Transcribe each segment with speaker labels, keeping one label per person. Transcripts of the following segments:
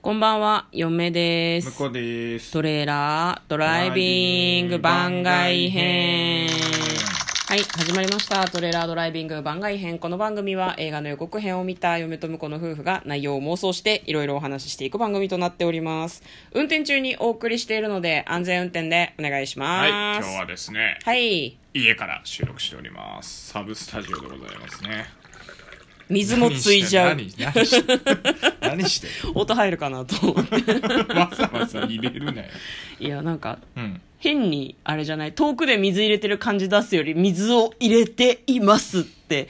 Speaker 1: こんばんは、嫁で
Speaker 2: 向
Speaker 1: す
Speaker 2: こ。うです。
Speaker 1: トレーラードライビング番外編。はい、始まりました。トレーラードライビング番外編。この番組は映画の予告編を見た嫁と婿の夫婦が内容を妄想していろいろお話ししていく番組となっております。運転中にお送りしているので安全運転でお願いします。
Speaker 2: はい、今日はですね、
Speaker 1: はい
Speaker 2: 家から収録しております。サブスタジオでございますね。
Speaker 1: 水もついちゃう。
Speaker 2: 何して何して何して
Speaker 1: 音入るかなと思って。
Speaker 2: わざわざ入れるね。
Speaker 1: いや、なんか、
Speaker 2: うん。
Speaker 1: 変にあれじゃない遠くで水入れてる感じ出すより水を入れていますって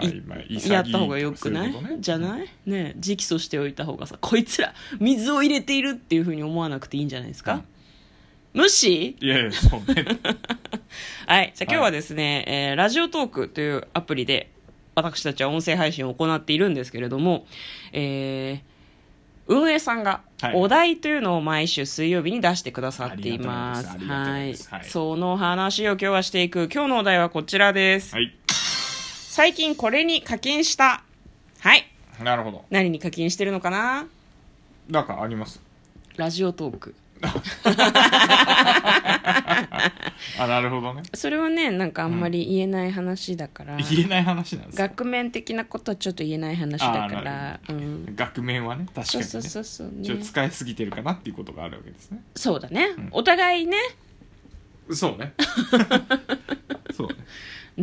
Speaker 1: い
Speaker 2: はいまあ潔い
Speaker 1: やった方がよくない
Speaker 2: そういうことね
Speaker 1: じゃないねえ直訴しておいた方がさこいつら水を入れているっていうふうに思わなくていいんじゃないですか、無視
Speaker 2: いやいや、そうね。
Speaker 1: はい。じゃあ今日はですね、えーラジオトークというアプリで、私たちは音声配信を行っているんですけれども、えー運営さんが
Speaker 2: はい
Speaker 1: お題というのを毎週水曜日に出してくださっています。
Speaker 2: ありがたいですありがたいですはい
Speaker 1: その話を今日はしていく。今日のお題はこちらです。
Speaker 2: はい。
Speaker 1: 最近これに課金した。はい。
Speaker 2: なるほど。
Speaker 1: 何に課金してるのかな
Speaker 2: なんかあります。
Speaker 1: ラジオトーク。
Speaker 2: あ、なるほどね。
Speaker 1: それはね、なんかあんまり言えない話だから。
Speaker 2: 言えない話なんですか
Speaker 1: 額面的なことはちょっと言えない話だから、うん、
Speaker 2: 額面はね、確かに
Speaker 1: そう
Speaker 2: ね。
Speaker 1: そうそうそう、ね、
Speaker 2: ちょっと使いすぎてるかなっていうことがあるわけですね。
Speaker 1: そうだね、お互いね
Speaker 2: そうね。 そうね。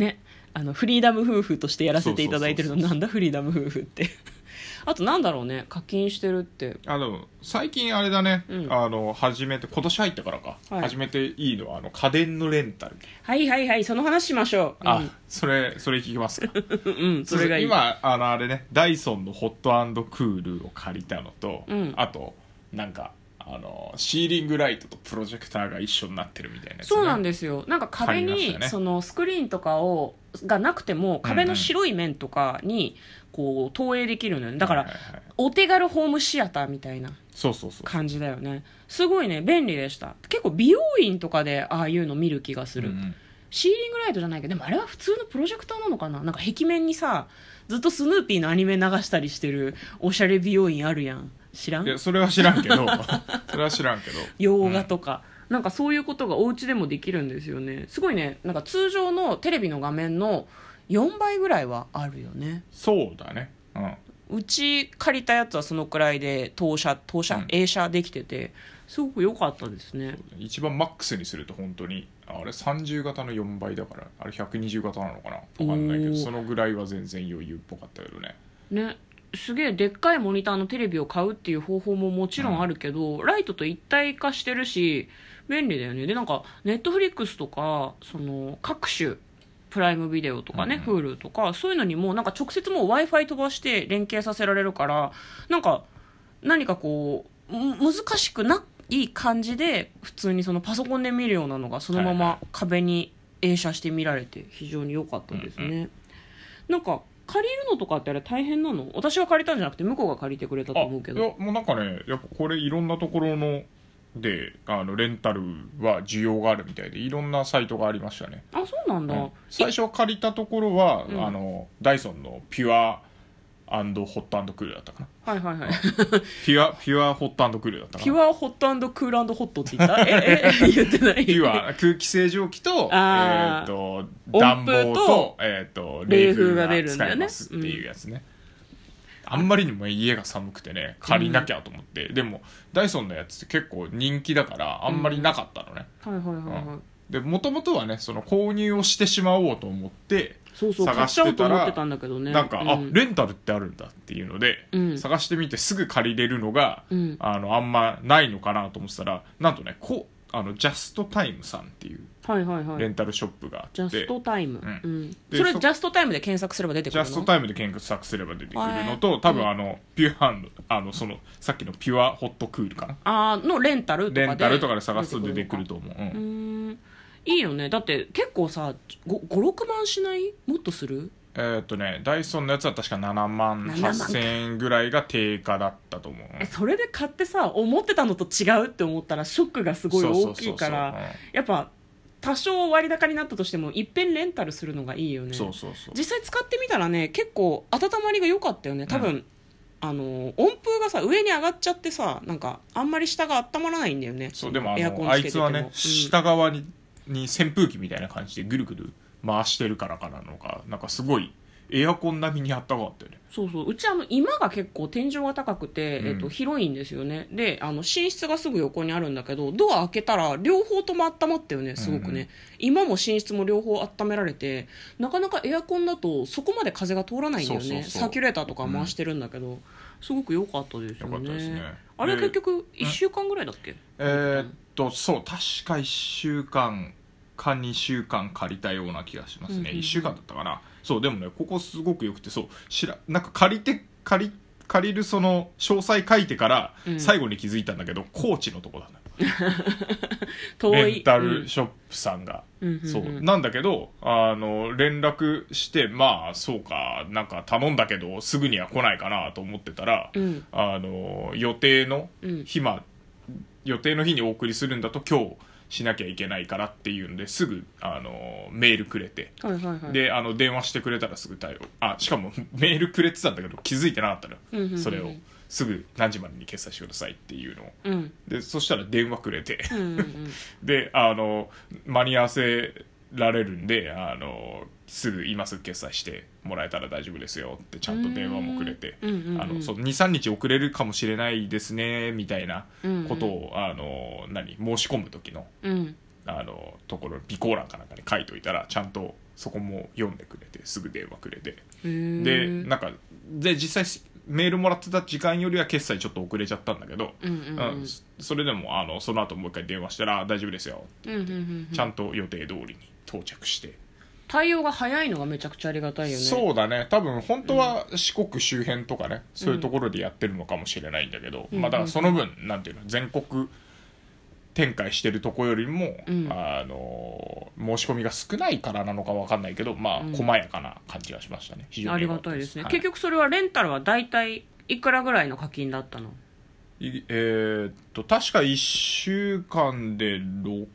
Speaker 1: ねあのフリーダム夫婦としてやらせていただいてるの
Speaker 2: そうそうそうそう
Speaker 1: なんだフリーダム夫婦って あとなんだろうね課金してるって
Speaker 2: あでも最近あれだね、
Speaker 1: うん
Speaker 2: あの始めて今年入ったからか、
Speaker 1: はい
Speaker 2: 始めていいのはあの家電のレンタル、
Speaker 1: はいはいはいその話しましょう
Speaker 2: あそれそれ聞きますか
Speaker 1: うん、うん うん、それがいい
Speaker 2: 今あのあれねダイソンのホットクールを借りたのと、
Speaker 1: うん
Speaker 2: あとなんかあのシーリングライトとプロジェクターが一緒になってるみたいなやつね、
Speaker 1: そうなんですよなんか壁
Speaker 2: 買いまし
Speaker 1: に、
Speaker 2: たね
Speaker 1: そのスクリーンとかをがなくても壁の白い面とかにこう投影できるのよねだから、
Speaker 2: はいはいはい
Speaker 1: お手軽ホームシアターみたいな
Speaker 2: そうそうそう
Speaker 1: 感じだよねすごいね便利でした結構美容院とかでああいうの見る気がする、
Speaker 2: うんうん
Speaker 1: シーリングライトじゃないけどでもあれは普通のプロジェクターなのかななんか壁面にさずっとスヌーピーのアニメ流したりしてるおしゃれ美容院あるやん知ら
Speaker 2: いや
Speaker 1: ん
Speaker 2: それは知らんけど それは知らんけど
Speaker 1: 洋画とか、なんかそういうことがお家でもできるんですよねすごいねなんか通常のテレビの画面の4倍ぐらいはあるよね
Speaker 2: そうだねうん
Speaker 1: うち借りたやつはそのくらいで投射投射、
Speaker 2: うん
Speaker 1: 映写できててすごく良かったですね
Speaker 2: 一番マックスにすると本当にあれ30型の4倍だからあれ120型なのかな分かんないけ
Speaker 1: お
Speaker 2: ど
Speaker 1: ー
Speaker 2: そのぐらいは全然余裕っぽかったけどね
Speaker 1: ねすげえでっかいモニターのテレビを買うっていう方法ももちろんあるけど、ライトと一体化してるし便利だよねでなんかネットフリックスとかその各種プライムビデオとかね、
Speaker 2: うん
Speaker 1: Hulu とかそういうのにもなんか直接もう w i f i 飛ばして連携させられるからなんか何かこうむ難しくない感じで普通にそのパソコンで見るようなのがそのま
Speaker 2: はいは
Speaker 1: ま壁に映写して見られて非常に良かったですね、
Speaker 2: うん
Speaker 1: なんか借りるのとかってあれ大変なの私が借りたんじゃなくて向こうが借りてくれたと
Speaker 2: あ
Speaker 1: 思うけ
Speaker 2: いや
Speaker 1: ど
Speaker 2: もうなんかねやっぱこれいろんなところのであのレンタルは需要があるみたいでいろんなサイトがありましたね、
Speaker 1: あそうなんだ、
Speaker 2: うん最初借りたところは、
Speaker 1: うん
Speaker 2: あのダイソンのピュアホットクールだったかな
Speaker 1: はいはいはい
Speaker 2: ピュアピュアホットクールだったかな
Speaker 1: ピュアホットクールホットって言ったえ え言ってない
Speaker 2: ピュア空気清浄機と,、え
Speaker 1: あー
Speaker 2: ー、と
Speaker 1: 温
Speaker 2: 暖
Speaker 1: 風と
Speaker 2: 房と,、えー、と
Speaker 1: 冷
Speaker 2: 冷
Speaker 1: 風
Speaker 2: 風
Speaker 1: が
Speaker 2: が
Speaker 1: 出るんだ
Speaker 2: 使
Speaker 1: よ
Speaker 2: え
Speaker 1: ね
Speaker 2: ますっていうやつねあんまりにも家が寒くてね借りなきゃと思って、でもダイソンのやつって結構人気だからあんまりなかったのね、
Speaker 1: はいはいはいはい、
Speaker 2: うんでもともとはねその購入をしてしまおうと思って、
Speaker 1: そうそう買っ
Speaker 2: 探
Speaker 1: ち
Speaker 2: して
Speaker 1: ゃ
Speaker 2: た
Speaker 1: おう
Speaker 2: ら
Speaker 1: と思ってたんだけどね
Speaker 2: なんか、
Speaker 1: う
Speaker 2: あレンタルってあるんだっていうので、
Speaker 1: うん
Speaker 2: 探してみてすぐ借りれるのが、
Speaker 1: うん
Speaker 2: あのあんまないのかなと思ってたらなんとねこあのジャストタイムさんっていう
Speaker 1: はいはいは
Speaker 2: レ
Speaker 1: い
Speaker 2: ンタルショップがあって、
Speaker 1: ジャストタイム、
Speaker 2: ん
Speaker 1: うん
Speaker 2: で
Speaker 1: それ
Speaker 2: そ
Speaker 1: ジャストタイムで検索すれば出てく
Speaker 2: ジ
Speaker 1: る
Speaker 2: ャ
Speaker 1: の
Speaker 2: ストタイムで検索すれば出てくるの
Speaker 1: は
Speaker 2: と、
Speaker 1: い
Speaker 2: 多分あの、ピュアハンド、あの、その、さっきのピュアホットクールかな。
Speaker 1: あーのレンタルとかで
Speaker 2: レンタルとかで探すと出てくる
Speaker 1: と
Speaker 2: と思う。う
Speaker 1: うんーんいいよねだって結構さ56万しないもっとする
Speaker 2: えーっとね、ダイソンのやつは確か7万
Speaker 1: 7万か
Speaker 2: 8000円ぐらいが定価だったと思う。
Speaker 1: えそれで買ってさ思ってたのと違うって思ったらショックがすごい大きいからやっぱ多少割高になったとしてもいっぺんレンタルするのがいいよね
Speaker 2: そうそうそう。うんそうそうそう。
Speaker 1: 実際使ってみたらね結構温まりが良かったよね多分、あの温風がさ上に上がっちゃってさなんかあんまり下が温まらないんだよね
Speaker 2: そうでもあ
Speaker 1: エアコン
Speaker 2: の
Speaker 1: つ
Speaker 2: あ
Speaker 1: け
Speaker 2: い
Speaker 1: て
Speaker 2: つ
Speaker 1: ても
Speaker 2: はね、
Speaker 1: うん
Speaker 2: 下側にに扇風機みたいな感じでぐるぐる回してるからかなのかなんかすごいエアコン並みにあったかかったよね
Speaker 1: そうそううちあの今が結構天井が高くて、
Speaker 2: うん
Speaker 1: えっと広いんですよねであの寝室がすぐ横にあるんだけどドア開けたら両方とも温まったよねすごくね、
Speaker 2: うんうん
Speaker 1: 今も寝室も両方温められてなかなかエアコンだとそこまで風が通らないんだよね
Speaker 2: そうそうそう
Speaker 1: サーキュレーターとか回してるんだけど、すごく良かったですよ
Speaker 2: 良かったですね
Speaker 1: ねあれは
Speaker 2: で
Speaker 1: 結局1週間ぐらいだっけ、
Speaker 2: えーっとそう確か1週間か2週間借りたような気がしますね、
Speaker 1: うんうんうん
Speaker 2: 1週間だったかなそうでもねここすごくよくてそう知らなんか借りて借り借りるその詳細書いてから
Speaker 1: うん
Speaker 2: 最後に気づいたんだけど、高知のとこだね
Speaker 1: 遠い
Speaker 2: レンタ
Speaker 1: うん
Speaker 2: ルショップさんが、
Speaker 1: うんうんうん
Speaker 2: そうなんだけどあの連絡してまあそうかなんか頼んだけどすぐには来ないかなと思ってたら、
Speaker 1: うん
Speaker 2: あの予定の
Speaker 1: うん
Speaker 2: 日ま、予定の日にお送りするんだと今日しなきゃいけないからっていうんですぐあのメールくれて、
Speaker 1: はいはいはい
Speaker 2: であの電話してくれたらすぐ対応あしかも メールくれてたんだけど気づいてなかったの、
Speaker 1: うんうんうん
Speaker 2: それをすぐ何時までに決済してくださいっていうのを
Speaker 1: うん
Speaker 2: でそしたら電話くれて
Speaker 1: うんうん うん
Speaker 2: であの間に合わせられるんであのすぐ今すぐ決済してもらえたら大丈夫ですよってちゃんと電話もくれて
Speaker 1: うんうんうんうん
Speaker 2: あのそう23日遅れるかもしれないですねみたいなことをあの何申し込む時の
Speaker 1: うん
Speaker 2: あのところ備考欄かなんかに書いといたらちゃんとそこも読んでくれてすぐ電話くれて
Speaker 1: へー
Speaker 2: でなんかで実際メールもらってた時間よりは決済ちょっと遅れちゃったんだけど、
Speaker 1: うんうんうん
Speaker 2: うんそれでもあのその後もう一回電話したらあ大丈夫ですよ
Speaker 1: うんうんうんうん
Speaker 2: ちゃんと予定通りに到着して、
Speaker 1: 対応が早いのがめちゃくちゃありがたいよね
Speaker 2: そうだね多分本当は四国周辺とかね、そういうところでやってるのかもしれないんだけど、
Speaker 1: うん
Speaker 2: まあだからその分なんていうの全国展開してるとこよりも、
Speaker 1: うん
Speaker 2: あの申し込みが少ないからなのかわかんないけどまあ
Speaker 1: うん
Speaker 2: 細やかな感じがしましたね非常
Speaker 1: あり
Speaker 2: に良か
Speaker 1: が
Speaker 2: った
Speaker 1: たいですね、
Speaker 2: はい
Speaker 1: 結局それはレンタルは大体いくらぐらいの課金だったの
Speaker 2: いえーっと確か1週間で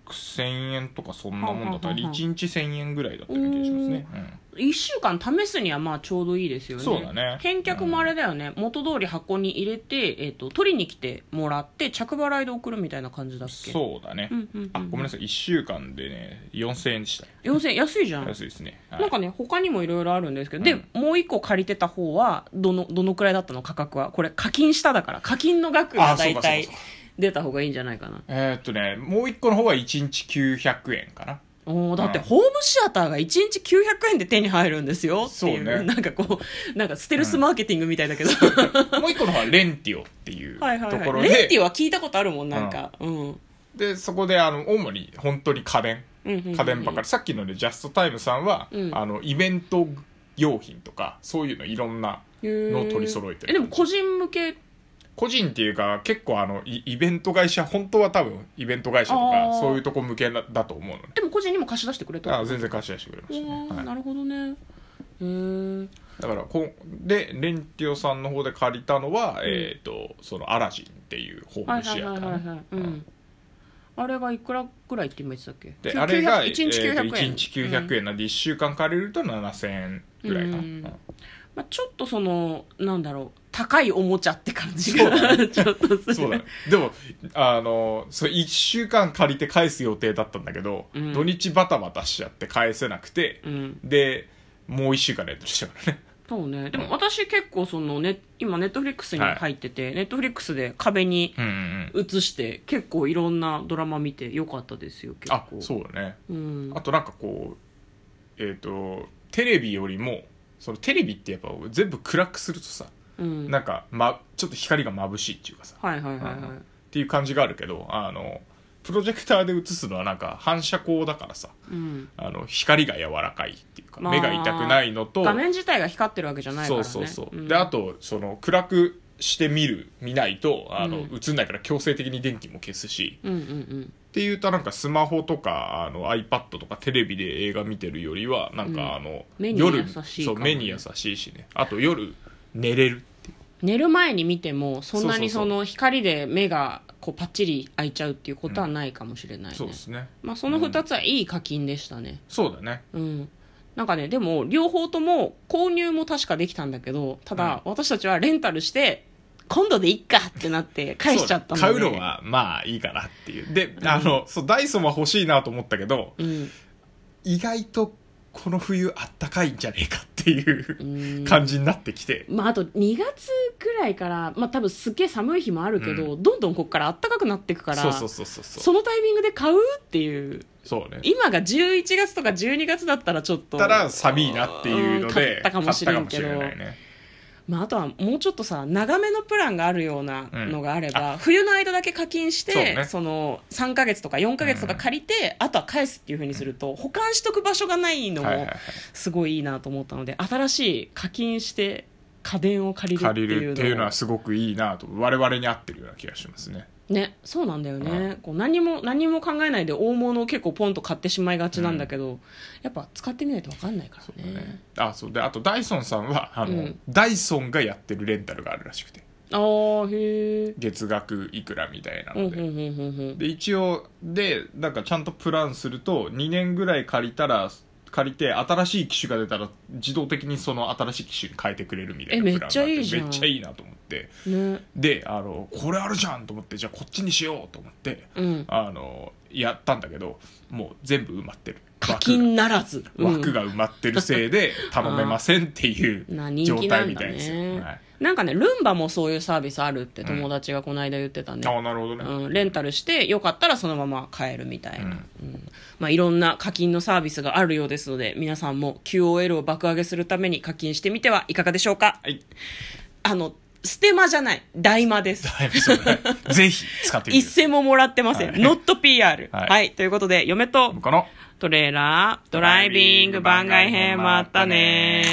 Speaker 2: 6000円とかそんなもんだった
Speaker 1: は
Speaker 2: り
Speaker 1: んはんはんはん
Speaker 2: 1日1000円ぐらいだったような気がしますね、うん
Speaker 1: 1週間試すにはまあちょうどいいですよね
Speaker 2: そうだね
Speaker 1: 返却もあれだよね、元通り箱に入れて、えー、と取りに来てもらって着払いで送るみたいな感じだっけう、
Speaker 2: そうだね、
Speaker 1: んうんうん、
Speaker 2: あごめんなさい1週間でね4000円でした
Speaker 1: 4000円安いじゃん
Speaker 2: 安いですね、はい
Speaker 1: なんかね他にもいろいろあるんですけど、でもう一個借りてた方はどのどのくらいだったの価格はこれ課金しただから課金の額が
Speaker 2: あそ
Speaker 1: 大
Speaker 2: うかそうか
Speaker 1: 体
Speaker 2: そうか
Speaker 1: 出た方がいいんじゃないかな
Speaker 2: えーっとねもう一個の方は1日900 円かな
Speaker 1: おーだって
Speaker 2: うん
Speaker 1: ホームシアターが1日900円で手に入るんですよっていう
Speaker 2: そうね
Speaker 1: なんかこうなんかステルスマーケティングみたいだけど、
Speaker 2: もう一個の方はレンティオっていうと
Speaker 1: はいはい、
Speaker 2: ころ
Speaker 1: はい、
Speaker 2: で
Speaker 1: レンティは聞いたことあるもんなんか、うんうん
Speaker 2: でそこであの主に本当に家電
Speaker 1: うんうんうん
Speaker 2: 家電ばっかりさっきのねジャストタイムさんは、
Speaker 1: うん
Speaker 2: あのイベント用品とかそういうのいろんな
Speaker 1: へー
Speaker 2: のを取り揃えてる
Speaker 1: えでも個人向け
Speaker 2: 個人っていうか結構あのイイベント会社本当は多分イベント会社とか
Speaker 1: あー
Speaker 2: そういうとこ向けだだと思うのね
Speaker 1: でも個人にも貸し出してくれた
Speaker 2: あ全然貸し出してくれま
Speaker 1: お
Speaker 2: したね、
Speaker 1: ー
Speaker 2: はい
Speaker 1: なるほどねへー
Speaker 2: だからこでレンティオさんの方で借りたのは、えっ、とそのアラジンっていうホー
Speaker 1: は
Speaker 2: ム
Speaker 1: いは
Speaker 2: シ
Speaker 1: い
Speaker 2: ア
Speaker 1: は
Speaker 2: タ
Speaker 1: い
Speaker 2: ー
Speaker 1: はい
Speaker 2: ね
Speaker 1: はい、うん、あれはいくらぐらいって今言ってたっけ
Speaker 2: で
Speaker 1: きゅう
Speaker 2: あれが
Speaker 1: 900
Speaker 2: 1
Speaker 1: 1日900円、
Speaker 2: 日900円なんで1週間借りると7000円ぐらいかな、
Speaker 1: うん
Speaker 2: うん
Speaker 1: まあ、ちょっとそのなんだろう高いおもちゃって感じ
Speaker 2: そう
Speaker 1: が、
Speaker 2: だ
Speaker 1: ちょっとする
Speaker 2: そうだねでもあのそう1週間借りて返す予定だったんだけど、
Speaker 1: うん
Speaker 2: 土日バタバタしちゃって返せなくて
Speaker 1: う、ん
Speaker 2: でもう1週間レンタルしたからね
Speaker 1: そうねで
Speaker 2: う
Speaker 1: も
Speaker 2: ん
Speaker 1: 私結構そのね今ネットフリックスに入ってて、ネットフリックスで壁に
Speaker 2: うんうんうん
Speaker 1: 映して結構いろんなドラマ見てよかったですよ結
Speaker 2: あ
Speaker 1: 構
Speaker 2: そうだね
Speaker 1: う、ん、
Speaker 2: あとなんかこうえっ、とテレビよりもそのテレビってやっぱ全部暗くするとさ
Speaker 1: うん
Speaker 2: なんか、ま、ちょっと光が眩しいっていうかさ、
Speaker 1: はいはいはいはい、
Speaker 2: うんっていう感じがあるけどあのプロジェクターで映すのはなんか反射光だからさ
Speaker 1: うん
Speaker 2: あの光が柔らかいっていうか、
Speaker 1: まあ
Speaker 2: 目が痛くないのと
Speaker 1: 画面自体が光ってるわけじゃないか
Speaker 2: そ
Speaker 1: ら、
Speaker 2: う
Speaker 1: ね、
Speaker 2: そうそう、
Speaker 1: ん
Speaker 2: であとその暗くして見る見ないとあの、
Speaker 1: うん
Speaker 2: 映んないから強制的に電気も消すし
Speaker 1: うんうんうん
Speaker 2: っていうとなんかスマホとかあの iPad とかテレビで映画見てるよりはなん
Speaker 1: うん
Speaker 2: かあの、
Speaker 1: 目に
Speaker 2: 夜
Speaker 1: 優しいか
Speaker 2: そ
Speaker 1: も
Speaker 2: う
Speaker 1: ね
Speaker 2: 目に優しいしねあと夜寝れるっていう
Speaker 1: 寝る前に見てもそんなに
Speaker 2: そ
Speaker 1: そ
Speaker 2: うそうそう
Speaker 1: の光で目がこうパッチリ開いちゃうっていうことはないかもしれないね、
Speaker 2: そうですね
Speaker 1: まあ、その2つはいい課金でしたね、
Speaker 2: そうだね
Speaker 1: うん、なんかねでも両方とも購入も確かできたんだけどただ、私たちはレンタルして今度でいっかってなって返しちゃったので
Speaker 2: そう買うのはまあいいかなっていうであの、そうダイソンは欲しいなと思ったけど
Speaker 1: うん
Speaker 2: 意外とこの冬あったかいんじゃねえかっていう
Speaker 1: うん
Speaker 2: 感じになってきて
Speaker 1: まあ、あと2月ぐらいから、まあ、多分すっげえ寒い日もあるけど、どんどんここから暖かくなっていくから
Speaker 2: そうそうそうそうそう
Speaker 1: そのタイミングで買うっていう
Speaker 2: そうね
Speaker 1: 今が11月とか12月だったらちょっと
Speaker 2: たら寒いなっていうの
Speaker 1: ん
Speaker 2: で
Speaker 1: 買ったかもしれんけど
Speaker 2: 買ったかもしれないね
Speaker 1: まあ、あとはもうちょっとさ長めのプランがあるようなのがあれば、冬の間だけ課金して
Speaker 2: そう
Speaker 1: そ、
Speaker 2: ね
Speaker 1: の3か月とか4か月とか借りて、あとは返すっていうふうにすると保管しとく場所がないの
Speaker 2: はいはい
Speaker 1: も
Speaker 2: はい
Speaker 1: すごいいいなと思ったので新しい課金して家電を借りるって
Speaker 2: 借
Speaker 1: いう
Speaker 2: り
Speaker 1: の
Speaker 2: る
Speaker 1: を
Speaker 2: っていうのはすごくいいなと我々に合ってるような気がしますね
Speaker 1: ね、そうなんだよね、こう何も何も考えないで大物を結構ポンと買ってしまいがちなんだけど、やっぱ使ってみないと分かんないからね
Speaker 2: ねあそうであとダイソンさんはあの、
Speaker 1: うん
Speaker 2: ダイソンがやってるレンタルがあるらしくて
Speaker 1: ああへえ
Speaker 2: 月額いくらみたいな
Speaker 1: うんう
Speaker 2: の
Speaker 1: ん
Speaker 2: で、
Speaker 1: うんうんうん
Speaker 2: で一応でなんかちゃんとプランすると2年ぐらい借りたら借りて新しい機種が出たら自動的にその新しい機種に変えてくれるみたいな
Speaker 1: え
Speaker 2: プランがあって
Speaker 1: めっちゃいいじゃん
Speaker 2: めっちゃいいなと思って
Speaker 1: ね
Speaker 2: であのこれあるじゃんと思ってじゃあこっちにしようと思って
Speaker 1: うん
Speaker 2: あのやったんだけどもう全部埋まってる
Speaker 1: 課金ならず
Speaker 2: 枠が枠が埋まってるせいで 頼めませんっていう
Speaker 1: な人
Speaker 2: 状
Speaker 1: 気な
Speaker 2: 態
Speaker 1: ん
Speaker 2: み
Speaker 1: だ
Speaker 2: たいですよ、
Speaker 1: ね、
Speaker 2: はい
Speaker 1: なんかねルンバもそういうサービスあるって友達がこの間言ってたね、
Speaker 2: ああなるほどね、
Speaker 1: うん、レンタルしてよかったらそのまま買えるみたいな、
Speaker 2: う
Speaker 1: うんんまあ、いろんな課金のサービスがあるようですので皆さんも QOL を爆上げするために課金してみてはいかがでしょうか
Speaker 2: はい
Speaker 1: あのステマじゃない大マです
Speaker 2: だいぶそう ねぜひ使ってみ
Speaker 1: 一
Speaker 2: てくださ
Speaker 1: 銭ももらってません、
Speaker 2: はい
Speaker 1: not PR
Speaker 2: は
Speaker 1: はいい、ということで嫁と
Speaker 2: いこの
Speaker 1: トレーラードライビング番外編もあったね